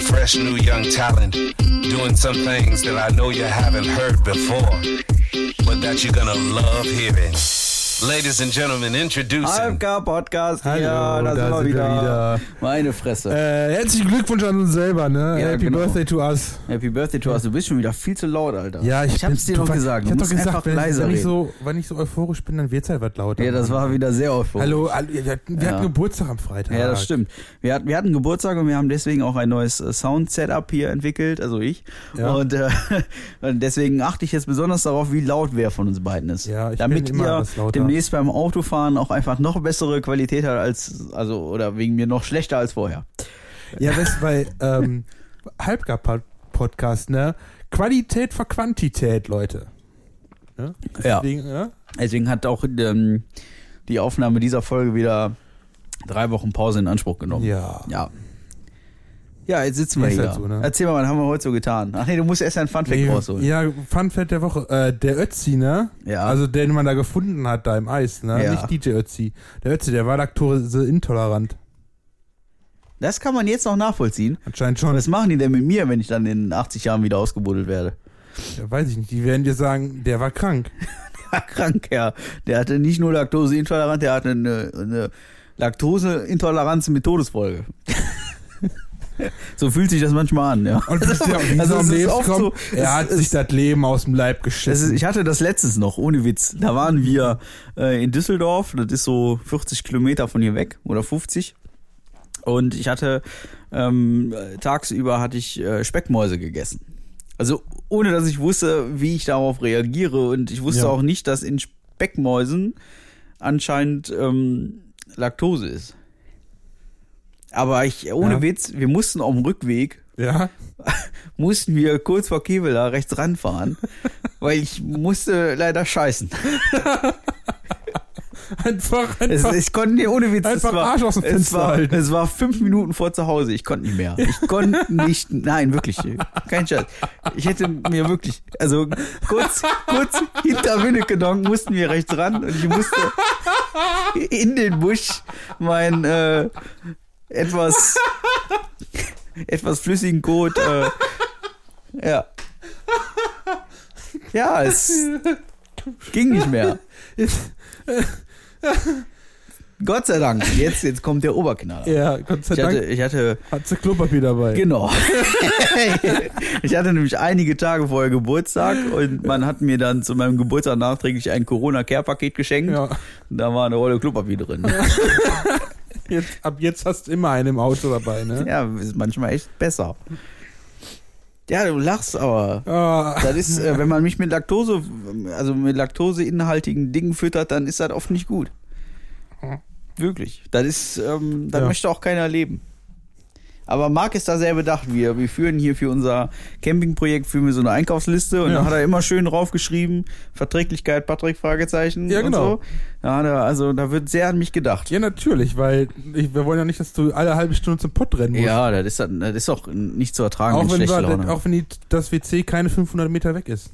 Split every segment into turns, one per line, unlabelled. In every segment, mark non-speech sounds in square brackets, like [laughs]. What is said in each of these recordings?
fresh new young talent doing some things that I know you haven't heard before, but that you're gonna love hearing. Ladies and gentlemen, introducing.
AFK Podcast,
Hallo,
ja, da, sind wir wieder. Meine Fresse.
Äh, herzlichen Glückwunsch an uns selber, ne?
Ja,
Happy
genau.
Birthday to us.
Happy Birthday to us, du bist schon wieder viel zu laut, Alter. ich
bin-
hab's dir
du
doch
war-
gesagt.
Ich
du
hab doch
musst einfach
gesagt, wenn,
leiser
wenn, ich
reden.
so, wenn ich so euphorisch bin, dann wird's halt was lauter.
ja, das war wieder sehr euphorisch.
Hallo, Ah, hallo wir, hatten, wir
Ja.
hatten Geburtstag am Freitag.
Ja, das stimmt. Wir, hat, wir hatten Geburtstag und wir haben deswegen auch ein neues äh, Sound-Setup hier entwickelt, also ich.
Ja.
Und, äh, [laughs] und deswegen achte ich jetzt besonders darauf, wie laut wer von uns beiden ist.
Ja, ich
Damit
bin immer
ihr
etwas lauter.
demnächst beim Autofahren auch einfach noch bessere Qualität hat als, also, oder wegen mir noch schlechter als vorher.
Ja, weißt du, weil ähm, Halbgar-Podcast, ne? Qualität vor Quantität, Leute. Ne?
Ja.
Deswegen, ne?
Deswegen hat auch ähm, die Aufnahme dieser Folge wieder drei Wochen Pause in Anspruch genommen.
Ja.
Ja, Ja, jetzt sitzen wir
Ist
hier.
halt so, ne?
Erzähl mal, was haben wir heute so getan? Ach nee, du musst erst ein Funfact
Nee,
rausholen.
ja, Fun Fact der Woche. Äh, der Ötzi, ne?
Ja.
Also den man da gefunden hat, da im Eis, ne?
Ja.
Nicht DJ Ötzi. Der Ötzi, der war laktoseintolerant.
Das kann man jetzt noch nachvollziehen.
Anscheinend schon.
Was machen die denn mit mir, wenn ich dann in 80 Jahren wieder ausgebuddelt werde? [laughs]
Ja, weiß ich nicht. Die werden dir sagen, der war krank.
Ja, krank, ja. Der hatte nicht nur Laktoseintolerant, der hatte eine, eine Laktoseintoleranz mit Todesfolge. [laughs] so fühlt sich das manchmal an, ja.
Und bis der auf dieser
Also es
am
ist
Leben
oft
kommt,
so,
er hat
es-
sich das Leben aus dem Leib
Das ist,
geschissen.
ich hatte das letztes noch, ohne Witz. Da waren wir äh, in Düsseldorf, das ist so 40 Kilometer von hier weg oder 50. Und ich hatte ähm, tagsüber hatte ich äh, Speckmäuse gegessen. Also ohne dass ich wusste, wie ich darauf reagiere. Und ich wusste
Ja.
auch nicht, dass in Speckmäusen anscheinend ähm, Laktose ist. Aber ich, ohne
Ja.
Witz, wir mussten auf dem Rückweg
ja. [laughs]
mussten wir kurz vor Kevela rechts
[laughs]
ranfahren, weil ich musste leider scheißen.
Einfach,
Es,
einfach.
ich konnte dir ohne Witz.
Einfach
es war,
Arsch aus dem
es
Fenster
war,
halten.
es war fünf Minuten vor zu Hause. Ich konnte nicht mehr. Ich konnte nicht. Nein, wirklich. Kein Scherz. Ich hätte mir wirklich, also kurz, kurz hinter Winnekedonk mussten wir rechts ran und ich musste in den Busch mein äh, etwas etwas flüssigen Kot. Äh, ja. Ja, es ging nicht mehr. Gott sei Dank, jetzt, jetzt kommt der Oberknaller.
ja, Gott sei
Ich hatte,
Dank
ich hatte,
hat sie Klopapier dabei.
genau. [laughs] ich hatte nämlich einige Tage vorher Geburtstag und man hat mir dann zu meinem Geburtstag nachträglich ein Corona-Care-Paket geschenkt.
Ja.
Da war eine Rolle Klopapier drin.
Jetzt, ab jetzt hast du immer einen im Auto dabei, ne?
Ja, ist manchmal echt besser. Ja, du lachst aber.
Ah,
Das ist, äh, wenn man mich mit Laktose, also mit Laktoseinhaltigen Dingen füttert, dann ist das oft nicht gut. Wirklich. Das ist, ähm, das
Ja.
möchte auch keiner leben. Aber Marc ist da sehr bedacht. Wir, wir führen hier für unser Campingprojekt führen wir so eine Einkaufsliste und
Ja.
da hat er immer schön draufgeschrieben Verträglichkeit Patrick Fragezeichen
Ja,
und
genau.
so. Da hat er, also da wird sehr an mich gedacht.
ja, natürlich, weil ich, wir wollen ja nicht, dass du alle halbe Stunde zum Pott rennen musst.
Ja, das ist, das ist auch nicht zu ertragen.
Auch
mit
wenn,
schlechter
wir,
Laune.
auch wenn die, das WC keine 500 Meter weg ist.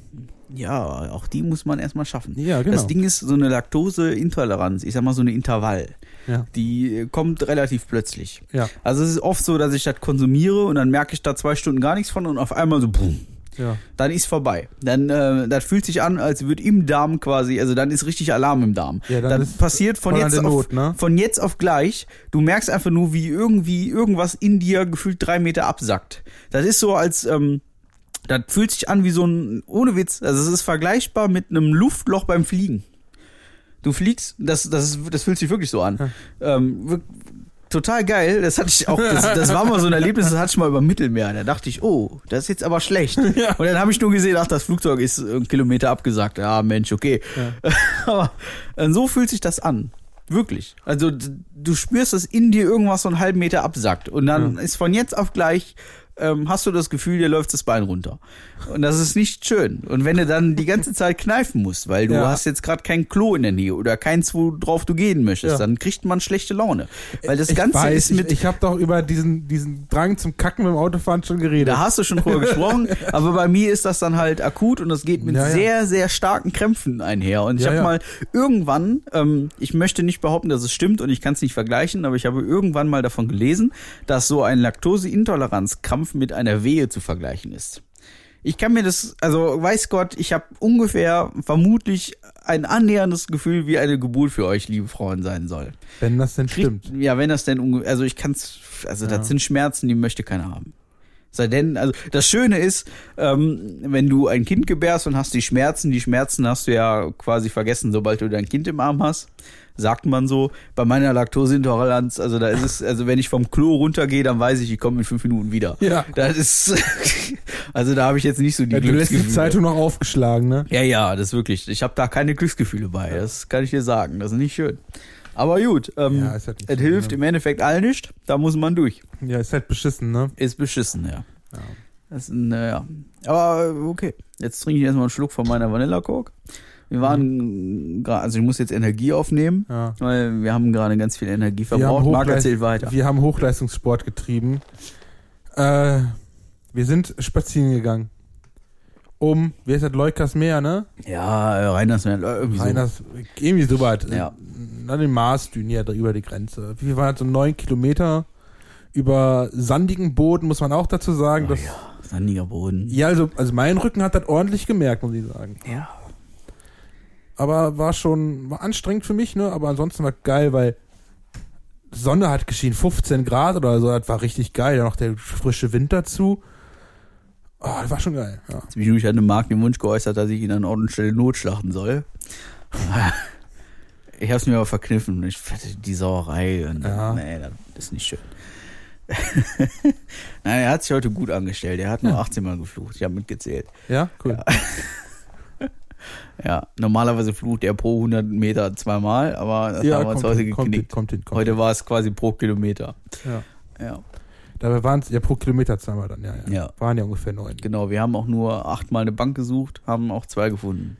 Ja, auch die muss man erstmal schaffen.
Ja, genau.
Das Ding ist so eine Laktoseintoleranz, ich sag mal so eine Intervall.
Ja.
Die äh, kommt relativ plötzlich.
Ja.
Also es ist oft so, dass ich das konsumiere und dann merke ich da zwei Stunden gar nichts von und auf einmal so, boom,
ja.
dann ist vorbei. Dann äh, das fühlt sich an, als würde im Darm quasi, also dann ist richtig Alarm im Darm.
Ja, dann
das
ist
passiert von
voll an
jetzt,
der
auf,
Not, ne?
von jetzt auf gleich. Du merkst einfach nur, wie irgendwie irgendwas in dir gefühlt drei Meter absackt. Das ist so als ähm, das fühlt sich an wie so ein, ohne Witz, also es ist vergleichbar mit einem Luftloch beim Fliegen. Du fliegst, das, das, ist, das fühlt sich wirklich so an. Ähm, wirk- total geil, das hatte ich auch, das, das war mal so ein Erlebnis, das hatte ich mal über Mittelmeer. Da dachte ich, oh, das ist jetzt aber
[laughs]
schlecht. Und dann habe ich nur gesehen, ach, das Flugzeug ist äh, einen Kilometer abgesagt. Ah, Mensch, okay. [laughs] aber äh, so fühlt sich das an. Wirklich. Also d- du spürst, dass in dir irgendwas so einen halben Meter absackt. Und dann ist von jetzt auf gleich ähm, hast du das Gefühl, dir läuft das Bein runter. Und das ist nicht schön. Und wenn du dann die ganze Zeit kneifen musst, weil du
Ja.
hast jetzt gerade kein Klo in der Nähe oder keins, worauf du gehen möchtest,
Ja.
dann kriegt man schlechte Laune. Weil das
ich
Ganze
weiß,
ist mit.
ich, ich habe doch über diesen, diesen Drang zum Kacken beim Autofahren schon geredet.
da hast du schon
[laughs]
drüber gesprochen, aber bei mir ist das dann halt akut und das geht mit
Ja, ja.
sehr, sehr starken Krämpfen einher. Und ich
Ja,
habe
ja.
mal irgendwann, ähm, ich möchte nicht behaupten, dass es stimmt und ich kann es nicht vergleichen, aber ich habe irgendwann mal davon gelesen, dass so ein Laktoseintoleranzkrampf 5 mit einer Wehe zu vergleichen ist. Ich kann mir das, also weiß Gott, ich habe ungefähr vermutlich ein annäherndes Gefühl, wie eine Geburt für euch, liebe Frauen, sein soll.
Wenn das denn
Kriegt-
stimmt.
Ja, wenn das denn unge- also ich kann's, also das sind Schmerzen, die möchte keiner haben. Sei denn, also das Schöne ist, ähm, wenn du ein Kind gebärst und hast die Schmerzen, die Schmerzen hast du ja quasi vergessen, sobald du dein Kind im Arm hast, sagt man so. Bei meiner Laktoseintoleranz, also da ist es, also wenn ich vom Klo runtergehe, dann weiß ich, ich komme in fünf Minuten wieder.
Ja.
Das ist, [laughs] also da habe ich jetzt nicht so die
Ja, du lässt die
Glücksgefühle.
Zeitung noch aufgeschlagen, ne?
Ja, ja, das ist wirklich. Ich habe da keine Glücksgefühle bei. Das kann ich dir sagen. Das ist nicht schön. Aber gut, ähm,
Ja, ist halt nicht
es
schön,
hilft
ne?
im Endeffekt allen nicht. Da muss man durch.
Ja, ist halt beschissen, ne?
Ist beschissen, ja. Das ist, ein, äh, ja. Aber äh, okay. Jetzt trinke ich erstmal einen Schluck von meiner Vanilla Coke. Wir
Mhm.
waren gerade, also ich muss jetzt Energie aufnehmen,
Ja.
weil wir haben gerade ganz viel Energie verbraucht.
haben
Marc
Hochleist-
erzählt weiter.
Wir haben Hochleistungssport getrieben. Äh, wir sind spazieren gegangen. Um, wie heißt das, Leukas Meer, ne?
Ja, äh, Reiners, äh, irgendwie so.
Reiners, irgendwie so weit.
Ja.
An den Marsdünen, ja, da über die Grenze. Wir waren halt so neun Kilometer über sandigen Boden, muss man auch dazu sagen.
Oh
dass, Ah, ja.
ja, sandiger Boden.
also, also mein Rücken hat das ordentlich gemerkt, muss ich sagen.
Ja.
Aber war schon war anstrengend für mich, ne? Aber ansonsten war geil, weil Sonne hat geschienen, 15 Grad oder so, das war richtig geil. Dann noch der frische Wind dazu. Oh, das war schon geil. Ja.
Zwischendurch hatte Marc den Wunsch geäußert, dass ich ihn an Ort und Stelle notschlachten soll. Ich hab's mir aber verkniffen. Ich hatte die Sauerei. Und
Ja.
Nee, das ist nicht schön. [laughs] Nein, er hat sich heute gut angestellt. Er hat nur 18 Mal geflucht. Ich habe mitgezählt.
Ja, cool.
Ja, normalerweise flucht er pro 100 Meter zweimal, aber das haben wir uns heute
hin, kommt hin,
geknickt.
kommt hin, kommt hin.
heute war es quasi pro Kilometer.
Ja.
Ja,
Dabei waren es ja pro Kilometer zweimal dann, ja, ja.
Ja.
Waren ja ungefähr neun.
genau. Wir haben auch nur achtmal eine Bank gesucht, haben auch zwei gefunden.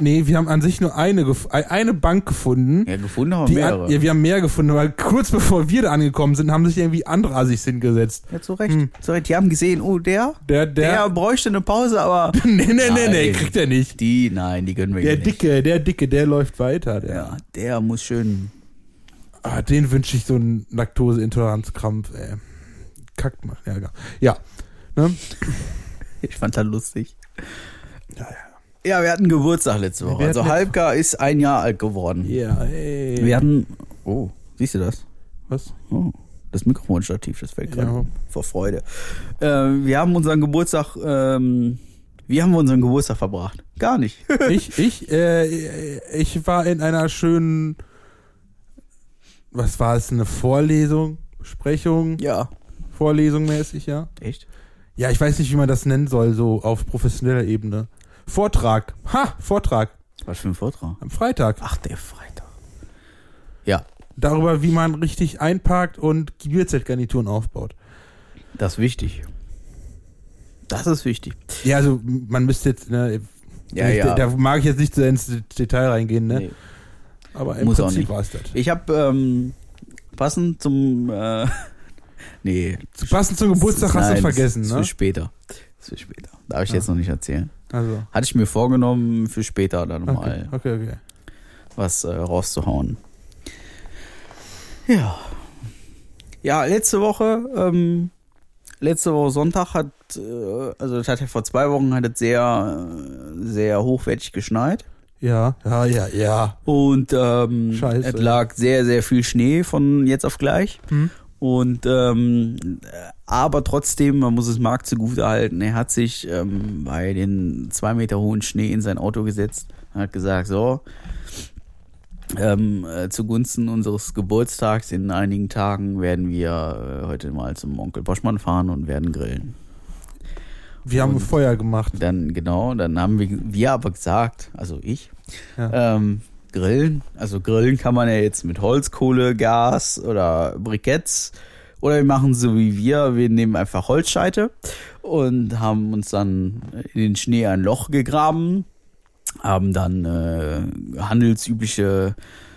Nee, wir haben an sich nur eine, gef- ei- eine Bank gefunden.
Ja, gefunden haben wir
Die an,
mehrere.
ja, wir haben mehr gefunden, weil kurz bevor wir da angekommen sind, haben sich irgendwie andere Assis hingesetzt. [laughs]
Ja, zu Recht.
Hm.
Zu Recht. Die haben gesehen, oh, der,
Der,
der,
der.
bräuchte eine Pause, aber
nee, nee, nee, nee,
Nein.
kriegt er
[laughs]
nicht.
die, nein, die gönnen wir
Der
ihr nicht.
Dicke, der Dicke, der läuft weiter. Der.
Ja, der muss schön. [laughs]
Ah, den wünsche ich so einen Laktoseintoleranzkrampf, ey. Kackt mal. Ja, ja. ja. Ne?
Ich fand das lustig.
Ja,
Ja, wir hatten Geburtstag letzte Woche.
Wir
Also
hatten-
Halbgar ist ein Jahr alt geworden.
Ja, ey.
Wir hatten. Oh, siehst du das?
Was?
Oh, das Mikrofonstativ, das fällt gerade
Ja.
um. vor Freude. Äh, wir haben unseren Geburtstag. Ähm, wie haben wir unseren Geburtstag verbracht? Gar [laughs] nicht.
Ich, ich, äh, ich war in einer schönen, was war es, eine Vorlesung, Sprechung,
ja.
Vorlesung mäßig, ja.
Echt?
Ja, ich weiß nicht, wie man das nennen soll, so auf professioneller Ebene. Vortrag. Ha, Vortrag.
Was für ein Vortrag.
Am Freitag.
Ach, der Freitag. Ja,
Darüber, wie man richtig einparkt und Gebirgszeitgarnituren aufbaut.
das ist wichtig. Das ist wichtig.
Ja, also man müsste jetzt, ne,
Ja,
ich,
ja.
Da, da mag ich jetzt nicht so ins Detail reingehen, ne?
Nee.
Aber im
Muss auch
Prinzip
nicht.
war es das.
Ich habe ähm, passend zum äh, [laughs] nee
Zu passend zum Geburtstag hast du
nein,
vergessen,
das ist
ne?
Für später. Das ist Für später. Darf ich
Ah.
jetzt noch nicht erzählen.
Also,
Hatte ich mir vorgenommen für später dann
okay,
mal
okay, okay.
was äh, rauszuhauen. Ja. Ja, letzte Woche, ähm, letzte Woche Sonntag hat, äh, also das hat ja vor zwei Wochen hat es sehr, äh, sehr hochwertig geschneit.
Ja, ja, ja, ja.
Und ähm,
Scheiße.
es lag sehr, sehr viel Schnee von jetzt auf gleich.
Hm.
Und ähm, äh, aber trotzdem, man muss es Marc zugute halten, er hat sich ähm, bei den zwei Meter hohen Schnee in sein Auto gesetzt und hat gesagt, so, ähm, äh, zugunsten unseres Geburtstags in einigen Tagen werden wir äh, heute mal zum Onkel Boschmann fahren und werden grillen.
Wir haben
Und-
Feuer gemacht.
Dann, genau, dann haben wir, wir aber gesagt, also ich,
Ja.
ähm, grillen. Also grillen kann man ja jetzt mit Holzkohle, Gas oder Briketts. Oder wir machen so wie wir, wir nehmen einfach Holzscheite und haben uns dann in den Schnee ein Loch gegraben, haben dann äh, handelsübliche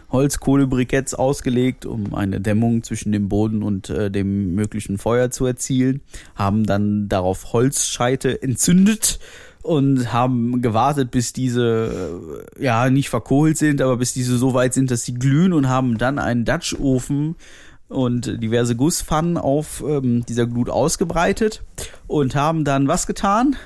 Holzkohlebriketts ausgelegt, um eine Dämmung zwischen dem Boden und äh, dem möglichen Feuer zu erzielen, haben dann darauf Holzscheite entzündet und haben gewartet, bis diese äh, ja nicht verkohlt sind, aber bis diese so weit sind, dass sie glühen und haben dann einen Dutch-Ofen und diverse Gusspfannen auf ähm, dieser Glut ausgebreitet und haben dann was getan?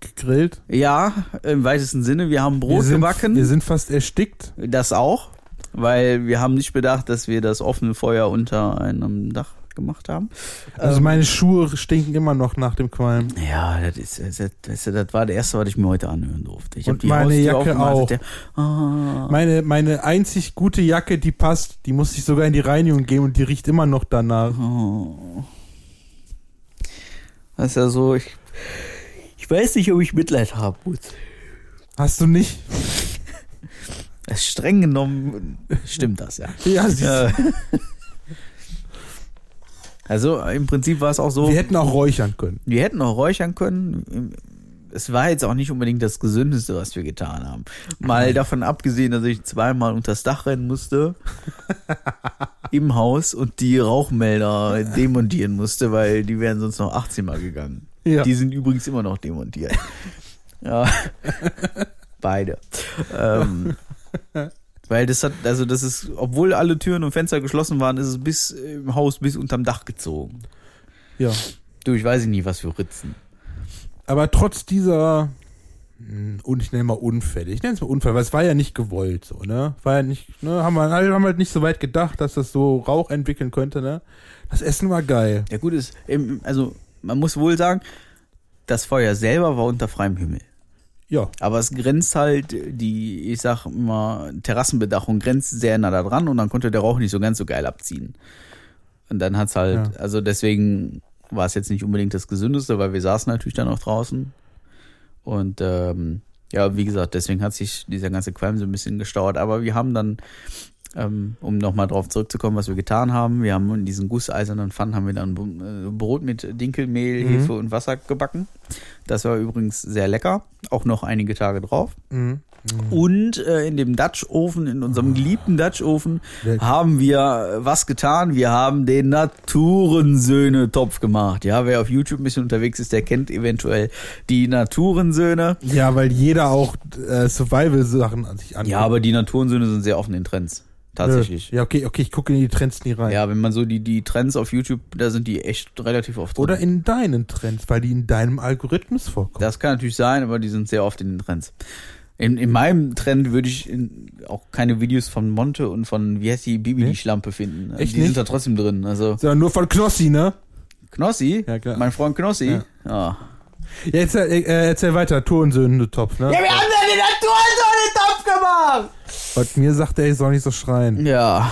gegrillt.
Ja, im weitesten Sinne, wir haben Brot
wir sind,
gebacken.
Wir sind fast erstickt.
Das auch, weil wir haben nicht bedacht, dass wir das offene Feuer unter einem Dach gemacht haben. Ähm.
Also meine Schuhe stinken immer noch nach dem Qualm.
Ja, das ist, das, ist- das, ist- das war der erste, was ich mir heute anhören durfte. Ich hab
Und meine
Haustür
Jacke
aufgemacht,
auch.
Der, ah,
Meine, meine einzig gute Jacke, die passt, die muss ich sogar in die Reinigung geben und die riecht immer noch danach.
oh. Das ist ja so, ich, ich weiß nicht, ob ich Mitleid haben muss.
Hast du nicht?
Es ist streng genommen stimmt das, [laughs] ja.
Ja, siehst du.
Äh, also im Prinzip war es auch so,
Wir hätten auch räuchern können.
wir hätten auch räuchern können. Es war jetzt auch nicht unbedingt das Gesündeste, was wir getan haben. Mal davon abgesehen, dass ich zweimal unter das Dach rennen musste im Haus und die Rauchmelder demontieren musste, weil die wären sonst noch 18 Mal gegangen.
Ja.
Die sind übrigens immer noch demontiert. ja. Beide. Ähm, weil das hat, also das ist, obwohl alle Türen und Fenster geschlossen waren, ist es bis äh, im Haus bis unterm Dach gezogen.
Ja.
Du, ich weiß nicht, was für Ritzen.
Aber trotz dieser, hm, und ich nenne mal Unfälle, ich nenne es mal Unfall, weil es war ja nicht gewollt so, ne? War ja nicht, ne? Haben wir haben halt nicht so weit gedacht, dass das so Rauch entwickeln könnte, ne? Das Essen war geil.
Ja gut ist, ähm, also man muss wohl sagen, das Feuer selber war unter freiem Himmel.
Ja.
Aber es grenzt halt die, ich sag immer, Terrassenbedachung grenzt sehr nah da dran und dann konnte der Rauch nicht so ganz so geil abziehen. Und dann hat's halt,
Ja.
also deswegen war es jetzt nicht unbedingt das Gesündeste, weil wir saßen natürlich dann auch draußen. Und ähm, ja, wie gesagt, deswegen hat sich dieser ganze Qualm so ein bisschen gestaut. Aber wir haben dann, ähm, um nochmal drauf zurückzukommen, was wir getan haben, wir haben in diesen gusseisernen Pfannen haben wir dann äh, Brot mit Dinkelmehl,
Mhm.
Hefe und Wasser gebacken. Das war übrigens sehr lecker, auch noch einige Tage drauf.
Mhm. Ah.
Und äh, in dem Dutch-Ofen, in unserem geliebten Dutch-Ofen,
Lecker.
haben wir äh, was getan. Wir haben den Naturensöhne-Topf gemacht. Ja, wer auf YouTube ein bisschen unterwegs ist, der kennt eventuell die Naturensöhne.
Ja, weil jeder auch äh, Survival-Sachen an sich anguckt.
Ja, aber die Naturensöhne sind sehr offen in Trends. Tatsächlich.
Ja, okay, okay, ich gucke in die Trends nie rein.
Ja, wenn man so die, die Trends auf YouTube, da sind die echt relativ oft drin.
Oder in deinen Trends, weil die in deinem Algorithmus vorkommen.
Das kann natürlich sein, aber die sind sehr oft in den Trends. In, in meinem Trend würde ich in, auch keine Videos von Monte und von, wie heißt die, Bibi
Nee?
die Schlampe finden. Also
Echt
die
nicht?
sind da trotzdem drin. Also
Sondern nur von Knossi, ne?
Knossi,
Ja, klar.
mein Freund Knossi. Ah.
Ja.
Ja.
Ja, erzähl, äh, erzähl weiter, Turnsöhne-Topf, ne?
wir haben ja den Naturensöhne-Topf gemacht!
Und mir sagt er, ich soll nicht so schreien.
Ja.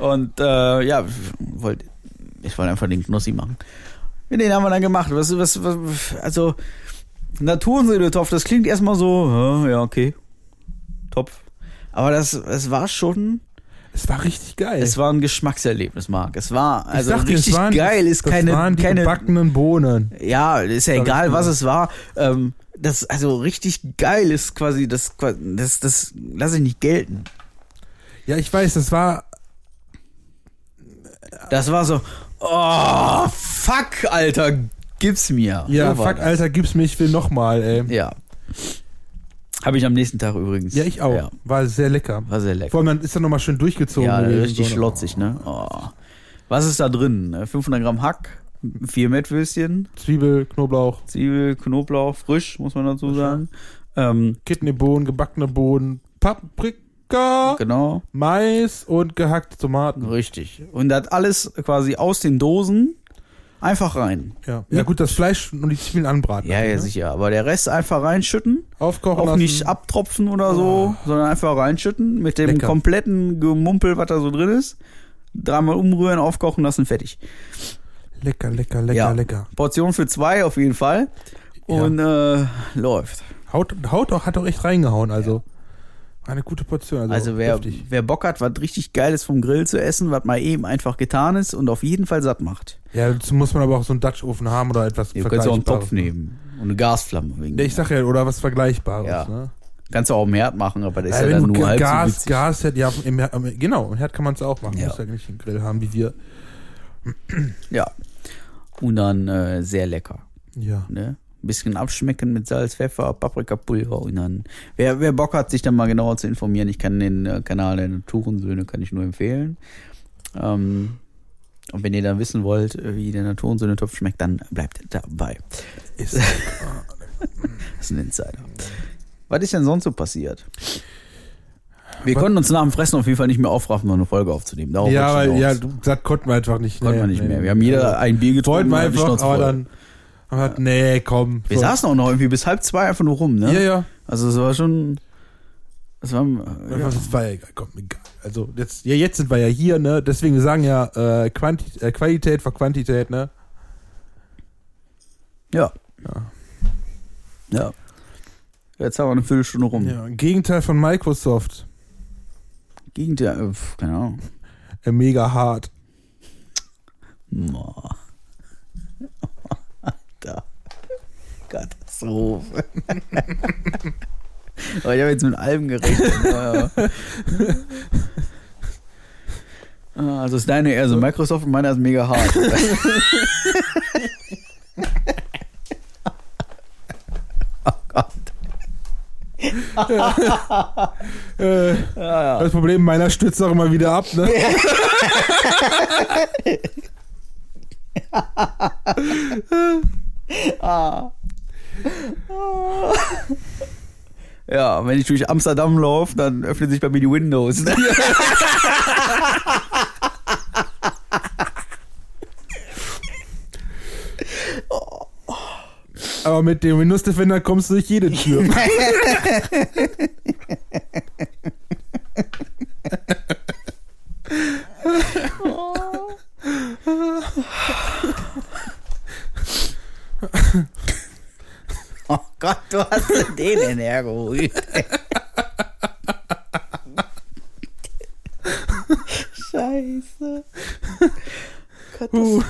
Und äh, ja, wollt, ich wollte einfach den Knossi machen. Den haben wir dann gemacht. Was, was, was also, Naturensöhnetopf, das klingt erstmal so, ja, ja, okay. Topf. Aber das, es war schon,
Es war richtig geil.
es war ein Geschmackserlebnis, Marc. Es war, also
sag dir,
richtig
waren-
geil, ist
das
keine,
waren die
keine,
gebackenen Bohnen.
ja, ist ja
Sag ich
egal,
mal.
was es war. Ähm, das, also richtig geil ist quasi, das, das, das lasse ich nicht gelten.
Ja, ich weiß, das war.
Das war so, oh, fuck, Alter, gib's mir.
Ja,
So war
oh, fuck,
das.
Alter, gib's mir, ich will nochmal, ey.
Ja. Habe ich am nächsten Tag übrigens.
Ja, ich auch.
Ja,
War sehr lecker.
war sehr lecker.
Vor allem, dann ist er nochmal schön durchgezogen.
Ja,
gewesen,
richtig
so.
schlotzig, ne? Oh. Was ist da drin? 500 Gramm Hack, vier Mettwürstchen,
Zwiebel, Knoblauch,
Zwiebel, Knoblauch, frisch, muss man dazu sagen. Ähm,
Kidneybohnen, gebackene Bohnen, Paprika,
genau.
Mais und gehackte Tomaten.
Richtig. Und das alles quasi aus den Dosen einfach rein.
Ja, ja gut, das Fleisch und die Zwiebeln anbraten.
Ja, ja,
ne?
sicher. Aber der Rest einfach reinschütten.
Aufkochen
Auch
lassen.
nicht abtropfen oder so, sondern einfach reinschütten mit dem
Lecker.
kompletten Gemumpel, was da so drin ist. Dreimal umrühren, aufkochen lassen, fertig.
Lecker, lecker, lecker,
Ja.
lecker.
Portion für zwei auf jeden Fall. Und äh, läuft.
Haut, Haut auch, hat auch echt reingehauen, also. War Eine gute Portion, also,
Also wer,
deftig.
wer Bock hat, was richtig Geiles vom Grill zu essen, was mal eben einfach getan ist und auf jeden Fall satt macht.
Ja, dazu muss man aber auch so einen Dutch-Ofen haben oder etwas
Ihr könnt auch einen
Vergleichbares.
Topf nehmen und eine Gasflamme. Wegen
Ja, ich sag ja, oder was Vergleichbares.
Ja.
Ne?
Kannst du auch im Herd machen, aber das ist
Ja,
ja,
wenn
dann
du
nur halb so
Gas,
witzig.
Gas, Herd, ja, im Herd, am- genau, im Herd kann man es auch machen.
Ja.
Muss ja nicht einen Grill haben wie wir.
Ja. Und dann äh, sehr lecker.
Ja.
Ne? Ein bisschen abschmecken mit Salz, Pfeffer, Paprikapulver und dann. Wer, wer Bock hat, sich dann mal genauer zu informieren, ich kann den äh, Kanal der Naturensöhne kann ich nur empfehlen. Ähm, Und wenn ihr dann wissen wollt, äh, wie der Naturensündetopf schmeckt, dann bleibt dabei. [laughs]
Ist
Das ist ein Insider. Was ist denn sonst so passiert? Wir konnten uns nach dem Fressen auf jeden Fall nicht mehr aufraffen, noch eine Folge aufzunehmen. Darauf
ja,
wollte ich
weil, ja,
hinaus.
du- das konnten wir einfach nicht.
konnten wir nicht mehr. Wir haben jeder ein Bier getrunken.
Also, Wollten
und hatten die
wir einfach,
Schnauze
aber
voll.
dann haben wir gesagt, nee, komm.
Wir
so.
saßen auch noch irgendwie bis halb zwei einfach nur rum, ne?
Ja, ja.
Also es war schon. Es war.
Ja.
äh, Ja.
Das war ja egal, komm, egal. Also jetzt, ja, jetzt sind wir ja hier, ne? Deswegen, wir sagen ja äh, Quanti äh, Qualität vor Quantität, ne?
ja. Ja. Jetzt haben wir eine Viertelstunde rum.
Ja, im Gegenteil von Microsoft.
Gegenteil, äh, pf, keine Ahnung.
Äh, mega hart.
Boah. [laughs] Alter.
[laughs]
Katastrophe. Aber ich habe jetzt mit allem gerechnet. Ja,
[laughs]
ja. Ah, Also ist deine eher so Microsoft und meiner ist mega hart.
[laughs]
oh Gott.
Äh,
Ja, ja.
Das Problem meiner stürzt auch immer wieder ab, ne?
ja, wenn ich durch Amsterdam laufe, dann öffnen sich bei mir die Windows. Ne?
Aber mit dem Windows Defender kommst du durch jede Tür.
[laughs] Oh Gott, du hast dir den denn hergeholt. Scheiße.
Uh.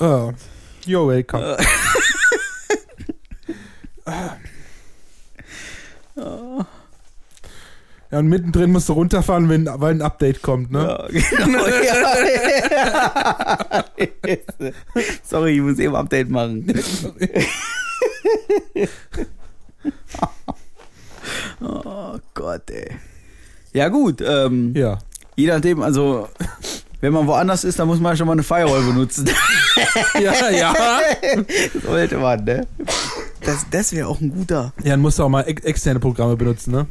oh. You're welcome. [laughs] Ja, und mittendrin musst du runterfahren, wenn, weil ein Update kommt, ne?
Ja, genau. Ja. [laughs] Sorry, ich muss eben Update [laughs] machen. oh Gott, ey. Ja gut, ähm,
Ja.
je nachdem, also wenn man woanders ist, dann muss man schon mal eine Firewall [laughs] benutzen.
Ja, [laughs] ja.
Sollte man, ne? Das, das wäre auch ein guter.
Ja, dann musst du auch mal ex externe Programme benutzen, ne?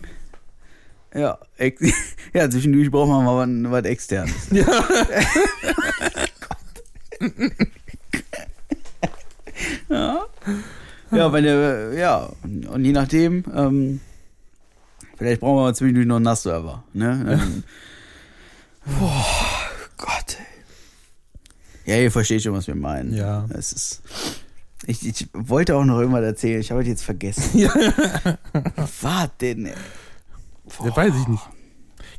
Ja, ex [laughs] ja zwischendurch braucht man mal was, was externes. [laughs]
Ja.
Ja, wenn der, ja, und je nachdem, ähm, vielleicht brauchen wir mal zwischendurch noch einen NAS-Server, ne?
[laughs]
Dann, boah, Gott, ey. Ja, ihr versteht schon, was wir meinen.
Ja.
Es ist. Ich, ich wollte auch noch irgendwas erzählen, ich habe es jetzt vergessen. War denn, ey?
Ja, weiß ich nicht.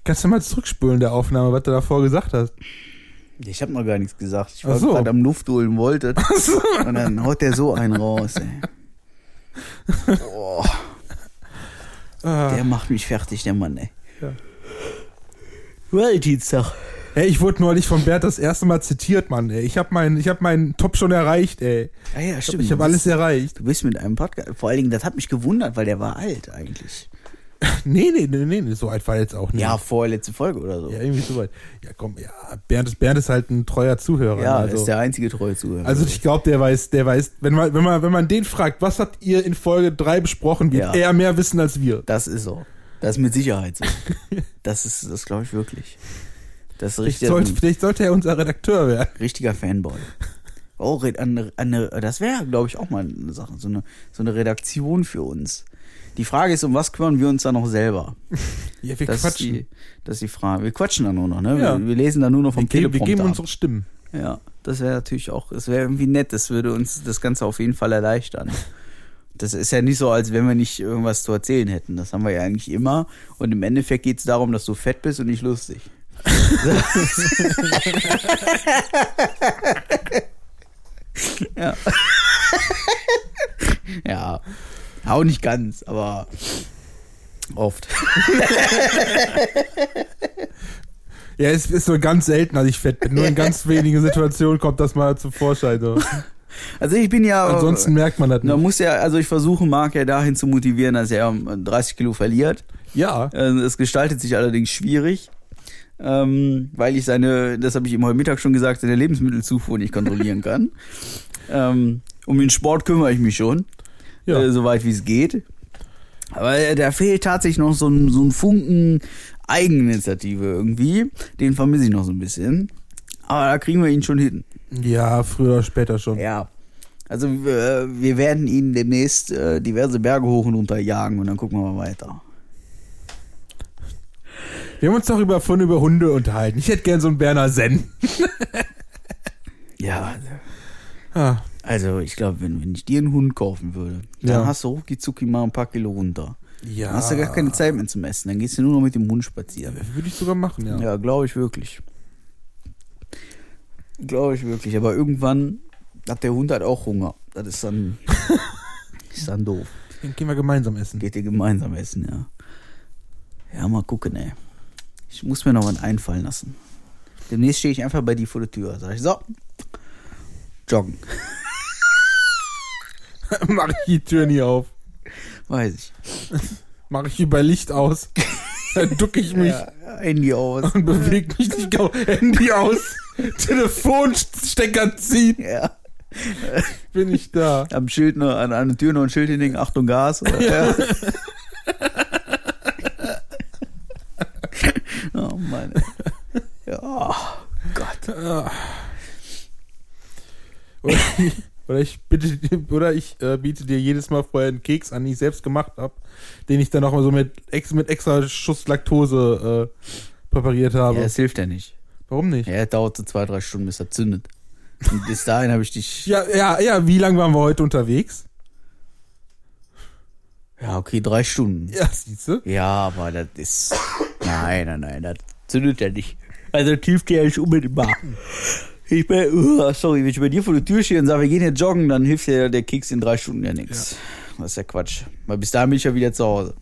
Kannst du mal zurückspulen der Aufnahme, was du davor gesagt hast?
Ich habe noch gar nichts gesagt. Ich war
Ach so.
gerade am Luft holen wollte. Und dann haut der so einen raus. Ey. Boah,
Ah.
der macht mich fertig, der Mann, ey.
Ja.
Valentinstag.
Ey, ich wurde neulich von Bert das erste Mal zitiert, Mann, ey. Ich hab meinen ich hab meinen Top schon erreicht, ey.
Ja, ja, stimmt.
Ich hab
Du
alles
bist-
erreicht.
Du bist mit einem Podcast. Vor allen Dingen, das hat mich gewundert, weil der war alt eigentlich.
Nee, nee, nee, nee, nee, so alt war jetzt auch nicht.
Ja, vorletzte Folge oder so.
Ja,
Ja,
irgendwie so weit. Ja, komm, ja, Bernd ist, Bernd ist halt ein treuer Zuhörer.
er
also,
ist der einzige treue Zuhörer.
also ich glaube, der weiß, der weiß, wenn man, wenn man, wenn man den fragt, was habt ihr in Folge 3 besprochen,
Ja.
wird er mehr wissen als wir.
das ist so. Das ist mit Sicherheit
[laughs]
so. Das ist, das glaube ich wirklich. Das ist
Vielleicht
richtig.
sollte, vielleicht sollte er unser Redakteur werden.
richtiger Fanboy. Oh, red- an, an, das wäre, glaube ich, auch mal eine Sache, so eine, so eine Redaktion für uns. Die Frage ist, um was kümmern wir uns da noch selber?
Ja, wir
Das ist,
quatschen.
die, das ist die Frage. Wir quatschen da nur noch, ne?
Ja.
Wir, wir lesen da nur noch vom
Wir geben, wir
Teleprompter
geben
ab.
unsere Stimmen.
Ja, das wäre natürlich auch, es wäre irgendwie nett, das würde uns das Ganze auf jeden Fall erleichtern. Das ist ja nicht so, als wenn wir nicht irgendwas zu erzählen hätten. Das haben wir ja eigentlich immer. Und im Endeffekt geht es darum, dass du fett bist und nicht lustig. [laughs] ja. ja. Auch nicht ganz, aber oft. [laughs]
Ja, es ist nur ganz selten, dass ich fett bin. Nur in ganz wenigen Situationen kommt das mal zum Vorschein. So.
Also ich bin ja.
Ansonsten merkt man das
Da
nicht.
muss ja, also ich versuche Marc ja dahin zu motivieren, dass er ähm, 30 Kilo verliert.
Ja.
Äh, Es gestaltet sich allerdings schwierig, ähm, weil ich seine, das habe ich ihm heute Mittag schon gesagt, seine Lebensmittelzufuhr nicht kontrollieren kann. Ähm, um den Sport kümmere ich mich schon,
Ja.
äh, soweit wie es geht. Aber äh, da fehlt tatsächlich noch so ein, so ein Funken Eigeninitiative irgendwie. Den vermisse ich noch so ein bisschen. Aber da kriegen wir ihn schon hin.
ja, früher oder später schon.
Ja. Also äh, wir werden ihn demnächst äh, diverse Berge hoch und runter jagen und dann gucken wir mal weiter.
Wir haben uns doch über, vorhin über Hunde unterhalten. Ich hätte gern so einen Berner Zen.
Ja,
Ah,
also ich glaube, wenn, wenn ich dir einen Hund kaufen würde, dann
Ja.
hast du ruckzuck mal ein paar Kilo runter.
ja.
Dann hast du gar keine Zeit mehr zum Essen. Dann gehst du nur noch mit dem Hund spazieren.
Würde ich sogar machen, ja.
Ja, glaube ich wirklich. Glaube ich wirklich. Aber irgendwann hat der Hund halt auch Hunger. Das ist
[laughs]
dann, ist dann doof.
Dann gehen wir gemeinsam essen.
Geht ihr gemeinsam essen, ja. Ja, mal gucken, ey. Ich muss mir noch was einfallen lassen. Demnächst stehe ich einfach bei dir vor der Tür. Sag ich, so, joggen.
[laughs] Mach ich die Tür nie auf.
Weiß ich.
Mach ich über Licht
[laughs]
aus. Dann ducke ich mich
Ja, Handy
[laughs]
aus.
und bewege mich nicht. Genau. Handy
[laughs]
aus. Telefonstecker zieht.
Ja.
Bin ich da.
Am Schild noch, an, an der Tür noch ein Schild hinlegen, Achtung Gas. Oder, [laughs] ja. oh Mann. ey. Ja, oh Gott.
Ah. Oder ich, oder ich, bitte, oder ich äh, biete dir jedes Mal vorher einen Keks an, den ich selbst gemacht habe, den ich dann nochmal so mit, ex, mit extra Schuss Laktose äh, präpariert habe.
Ja, es hilft ja nicht.
Warum nicht?
Ja, es dauert so zwei, drei Stunden, bis er zündet. Und bis dahin habe ich dich
Ja, ja, ja, wie lange waren wir heute unterwegs?
Ja, okay, drei Stunden.
Ja, siehst du?
Ja, aber das ist. Nein, nein, nein, das zündet ja nicht. Also tieft ja nicht unmittelbar. Ich bin. Uh, sorry, wenn ich bei dir vor der Tür stehe und sage, wir gehen jetzt joggen, dann hilft ja der Keks in drei Stunden ja nichts. Das ist ja Quatsch. Weil bis dahin bin ich ja wieder zu Hause.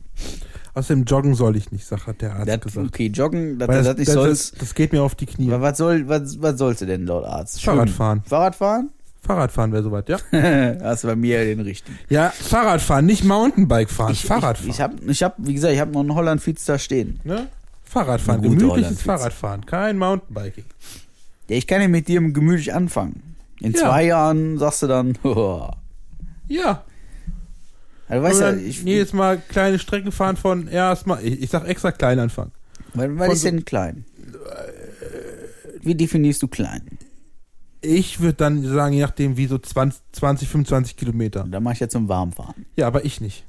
Außerdem joggen soll ich nicht, sagt, hat der Arzt
Das,
gesagt.
okay, joggen, dass
Weil
du das nicht
das, das,
sollst.
das geht mir auf die Knie.
Aber was, soll, was, was sollst du denn laut Arzt? Schwimmen.
Fahrradfahren.
Fahrradfahren?
Fahrradfahren wäre soweit, ja?
[laughs] Hast du bei mir den richtigen.
ja, Fahrradfahren, nicht Mountainbike fahren. Fahrradfahren.
Ich, ich habe, ich hab, wie gesagt, ich habe noch einen Holland-Fietz da stehen.
ne? Fahrradfahren,
Eine gute
gemütliches
Holland-Pizza.
Fahrradfahren, kein Mountainbiking.
Ja, ich kann ja mit dir gemütlich anfangen. In
Ja.
zwei Jahren sagst du dann, [laughs] hoha.
Ja,
Also, weißt
Oder
du, ich,
jedes Mal kleine Strecken fahren von erstmal, ich, ich sag extra klein anfangen.
wann, wann
von
ist
so-
denn klein? Wie definierst du klein?
Ich würde dann sagen, je nachdem, wie so 20, 20 25 Kilometer.
Da mache ich ja zum Warmfahren.
Ja, aber ich nicht.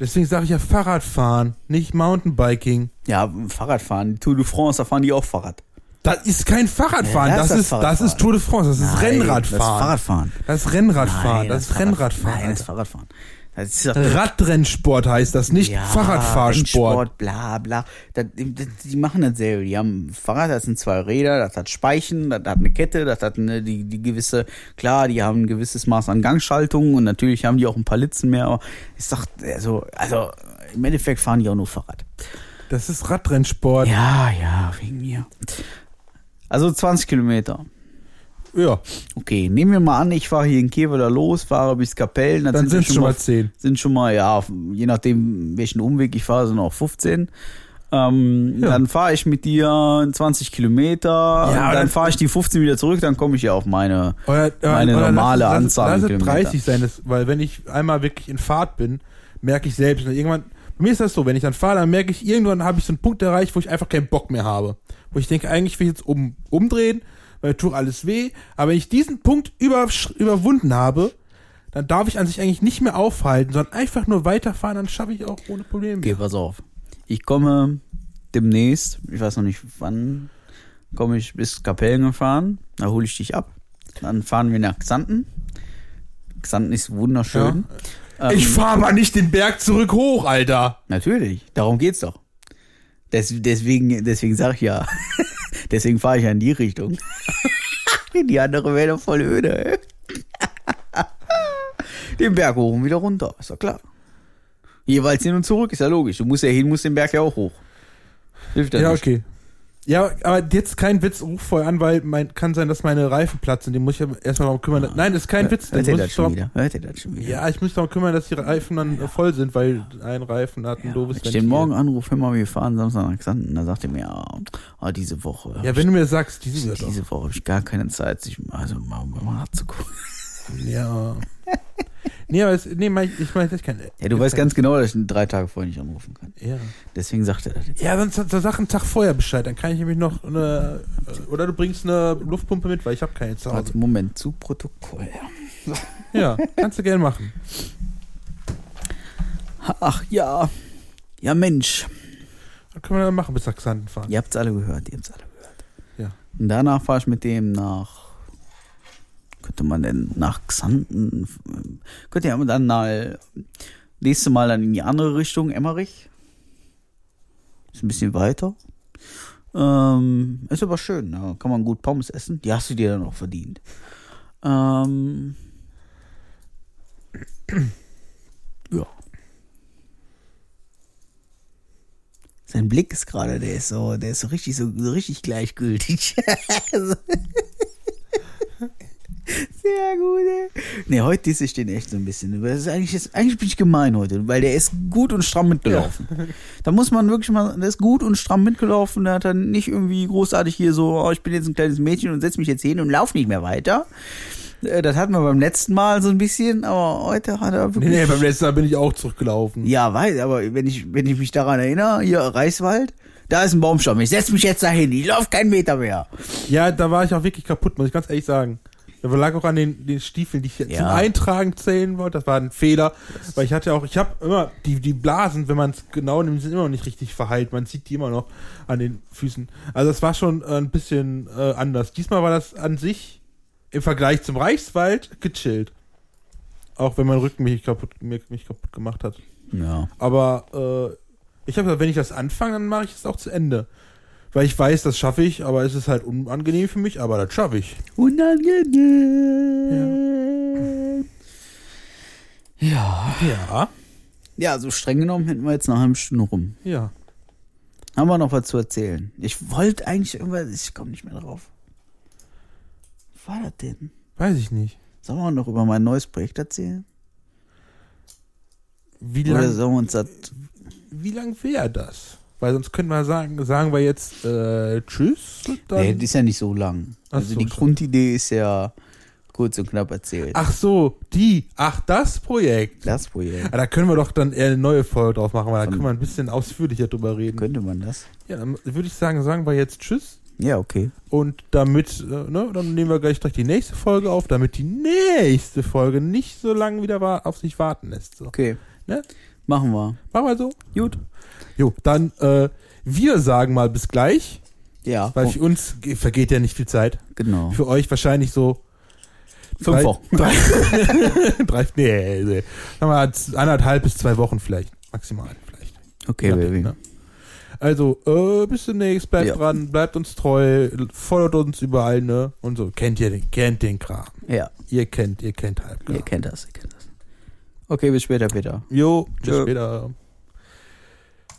Deswegen sage ich ja Fahrradfahren, nicht Mountainbiking.
Ja, Fahrradfahren, Tour de France, da fahren die auch Fahrrad.
Das ist kein Fahrradfahren,
Ja, das
das,
ist das
ist, das
Fahrradfahren.
ist Tour de France, das ist
Das ist
Rennradfahren.
Fahrradfahren.
Das ist Rennradfahren,
Nein,
das ist
Fahrrad-
Rennradfahren.
Nein, das ist
Alter.
Fahrradfahren. Das ist doch
Radrennsport heißt das, nicht
Ja,
Fahrradfahrsport.
Rennsport, bla bla. Das, das, die machen dasselbe. Die haben ein Fahrrad, das sind zwei Räder, das hat Speichen, das hat eine Kette, das hat eine, die, die gewisse, klar, die haben ein gewisses Maß an Gangschaltung und natürlich haben die auch ein paar Litzen mehr. Aber ich sag, also, also im Endeffekt fahren die auch nur Fahrrad.
Das ist Radrennsport. Ja.
Ja, ja, wegen mir. Also 20 Kilometer. Okay, nehmen wir mal an, ich fahre hier in Keveler los, fahre bis Kapellen, dann,
Dann
sind
sind
es
es schon mal 10.
sind schon mal, ja, je nachdem, welchen Umweg ich fahre, sind auch 15. Ähm,
Ja.
Dann fahre ich mit dir 20 Kilometer,
aber
und dann
dann-
fahre ich die 15 wieder zurück, dann komme ich ja auf meine.
Euer, euer,
Meine
euer
normale
lass, es-
Anzahl an
Lass, lass es
Kilometer.
30 sein, das, weil wenn ich einmal wirklich in Fahrt bin, merke ich selbst. Und irgendwann, bei mir ist das so, wenn ich dann fahre, dann merke ich, irgendwann habe ich so einen Punkt erreicht, wo ich einfach keinen Bock mehr habe. Wo ich denke, eigentlich will ich jetzt um, umdrehen, weil tut alles weh. Aber wenn ich diesen Punkt über, überwunden habe, dann darf ich an sich eigentlich nicht mehr aufhalten, sondern einfach nur weiterfahren, dann schaffe ich auch ohne Probleme.
Okay, pass auf. Ich komme demnächst, ich weiß noch nicht wann, komme ich bis Kapellen gefahren, da hole ich dich ab. Dann fahren wir nach Xanten. Xanten ist wunderschön. Ähm,
Ich fahre mal nicht den Berg zurück hoch, Alter.
Natürlich, darum geht's doch. Des, deswegen deswegen sag ich ja. [laughs] deswegen fahre ich ja in die Richtung. [laughs] die andere wäre doch voll öde. [laughs] ey. den Berg hoch und wieder runter, ist doch klar. Jeweils hin und zurück, ist ja logisch. Du musst ja hin, musst den Berg ja auch hoch. Hilft ja
Ja,
nicht.
okay. Ja, aber jetzt kein Witz, ruf voll an, weil mein, kann sein, dass meine Reifen platzen. Die muss ich ja erstmal darum kümmern. Nein, das ist kein Witz.
Hört
den
ihr Ah. Äh,
muss
das
ich
schon
darum-
wieder? Hört ihr das schon wieder?
Ja, ich muss darum kümmern, dass die Reifen dann äh, voll sind, weil ein Reifen hat ein doofes
Wenn ich den morgen anrufe, hör mal, wir fahren Samstag nach Xanten, dann sagt er mir, ja, ah, diese Woche.
Ja, wenn du mir sagst, diese wird doch.
diese Woche habe ich gar keine Zeit, sich also mal, mal hart zu gucken.
Ja. nee, aber es, nee, mein, ich ich meine, das kann.
Ja, du weißt ganz genau, dass ich ihn drei Tage vorher nicht anrufen kann.
Ja.
Deswegen sagt er das jetzt.
Ja, sonst hat der Sache einen Tag vorher Bescheid. Dann kann ich nämlich noch eine. äh, Oder du bringst eine Luftpumpe mit, weil ich habe keine zu Hause.
Also Moment, zu Protokoll.
Ja, kannst du gerne machen.
Ach ja. Ja, Mensch.
Dann können wir dann machen, bis nach Xanten fahren.
Ihr habt's alle gehört, ihr habt's alle gehört.
Ja.
Und danach fahr ich mit dem nach. Könnte man denn nach Xanten? ähm, Könnte ja dann mal. Nächste Mal dann in die andere Richtung, Emmerich. Ist ein bisschen weiter. Ähm, ist aber schön, ne? kann man gut Pommes essen. Die hast du dir dann auch verdient. Ähm, ja. Sein Blick ist gerade, der ist so, der ist so richtig, so, so richtig gleichgültig. [laughs] Also- Sehr gut, ey. Nee, heute disse ich den echt so ein bisschen. Das ist eigentlich, ist, eigentlich bin ich gemein heute, weil der ist gut und stramm mitgelaufen. Da muss man wirklich mal, der ist gut und stramm mitgelaufen, der hat dann nicht irgendwie großartig hier so, oh, ich bin jetzt ein kleines Mädchen und setze mich jetzt hin und lauf nicht mehr weiter. Äh, Das hatten wir beim letzten Mal so ein bisschen, aber heute hat er
Nee,
wirklich.
nee, beim letzten Mal bin ich auch zurückgelaufen.
Ja, weiß, aber wenn ich, wenn ich mich daran erinnere, hier Reichswald, da ist ein Baumstamm. Ich setz mich jetzt dahin, ich laufe keinen Meter mehr.
Ja, da war ich auch wirklich kaputt, muss ich ganz ehrlich sagen. Da lag auch an den, den Stiefeln, die ich
Ja.
zum Eintragen zählen wollte. Das war ein Fehler. Weil ich hatte auch, ich habe immer, die, die Blasen, wenn man es genau nimmt, sind immer noch nicht richtig verheilt. Man sieht die immer noch an den Füßen. Also das war schon äh, ein bisschen äh, anders. Diesmal war das an sich im Vergleich zum Reichswald gechillt. Auch wenn mein Rücken mich kaputt, mir- mich kaputt gemacht hat.
Ja.
Aber äh, ich habe gesagt, wenn ich das anfange, dann mache ich es auch zu Ende. Weil ich weiß, das schaffe ich, aber es ist halt unangenehm für mich, aber das schaffe ich.
Unangenehm. Ja.
Ja.
Ja, so streng genommen hätten wir jetzt eine halbe Stunde rum.
Ja.
Haben wir noch was zu erzählen? Ich wollte eigentlich irgendwas, ich komme nicht mehr drauf. Was war das denn?
Weiß ich nicht.
Sollen wir noch über mein neues Projekt erzählen?
Wie
Oder
lang,
sollen wir uns das.
wie lang wäre das? Weil sonst können wir sagen, sagen wir jetzt äh, Tschüss. und Dann,
Nee, das ist ja nicht so lang.
Ach
Also
so,
die
stimmt.
Grundidee ist ja kurz und knapp erzählt.
ach so, die. Ach, das Projekt.
Das Projekt.
Ja, da können wir doch dann eher eine neue Folge drauf machen, weil da
Von-
können wir ein bisschen ausführlicher drüber reden.
Könnte man das?
Ja, dann würde ich sagen, sagen wir jetzt Tschüss.
Ja, okay.
Und damit, äh, ne, dann nehmen wir gleich direkt die nächste Folge auf, damit die nächste Folge nicht so lange wieder wa- auf sich warten lässt. So.
Okay.
Ne?
Machen wir.
Machen wir so. Gut. Jo, dann, äh, wir sagen mal bis gleich,
Ja,
weil
oh,
für uns ge- vergeht ja nicht viel Zeit.
genau.
Für euch wahrscheinlich so. [laughs]
Fünf
drei-
Wochen.
Drei, drei, nee, nee. Sagen wir mal, z- anderthalb bis zwei Wochen vielleicht. Maximal vielleicht.
[laughs] Okay,
Ja,
Baby.
ne? Also, äh, bis demnächst, bleibt
Ja.
dran, bleibt uns treu, folgt uns überall, ne? Und so. Kennt ihr den, kennt den Kram.
Ja,
Ihr kennt, ihr kennt halb.
ihr kennt das, ihr kennt das. Okay, bis später, Peter.
Jo, bis
Tschö.
später.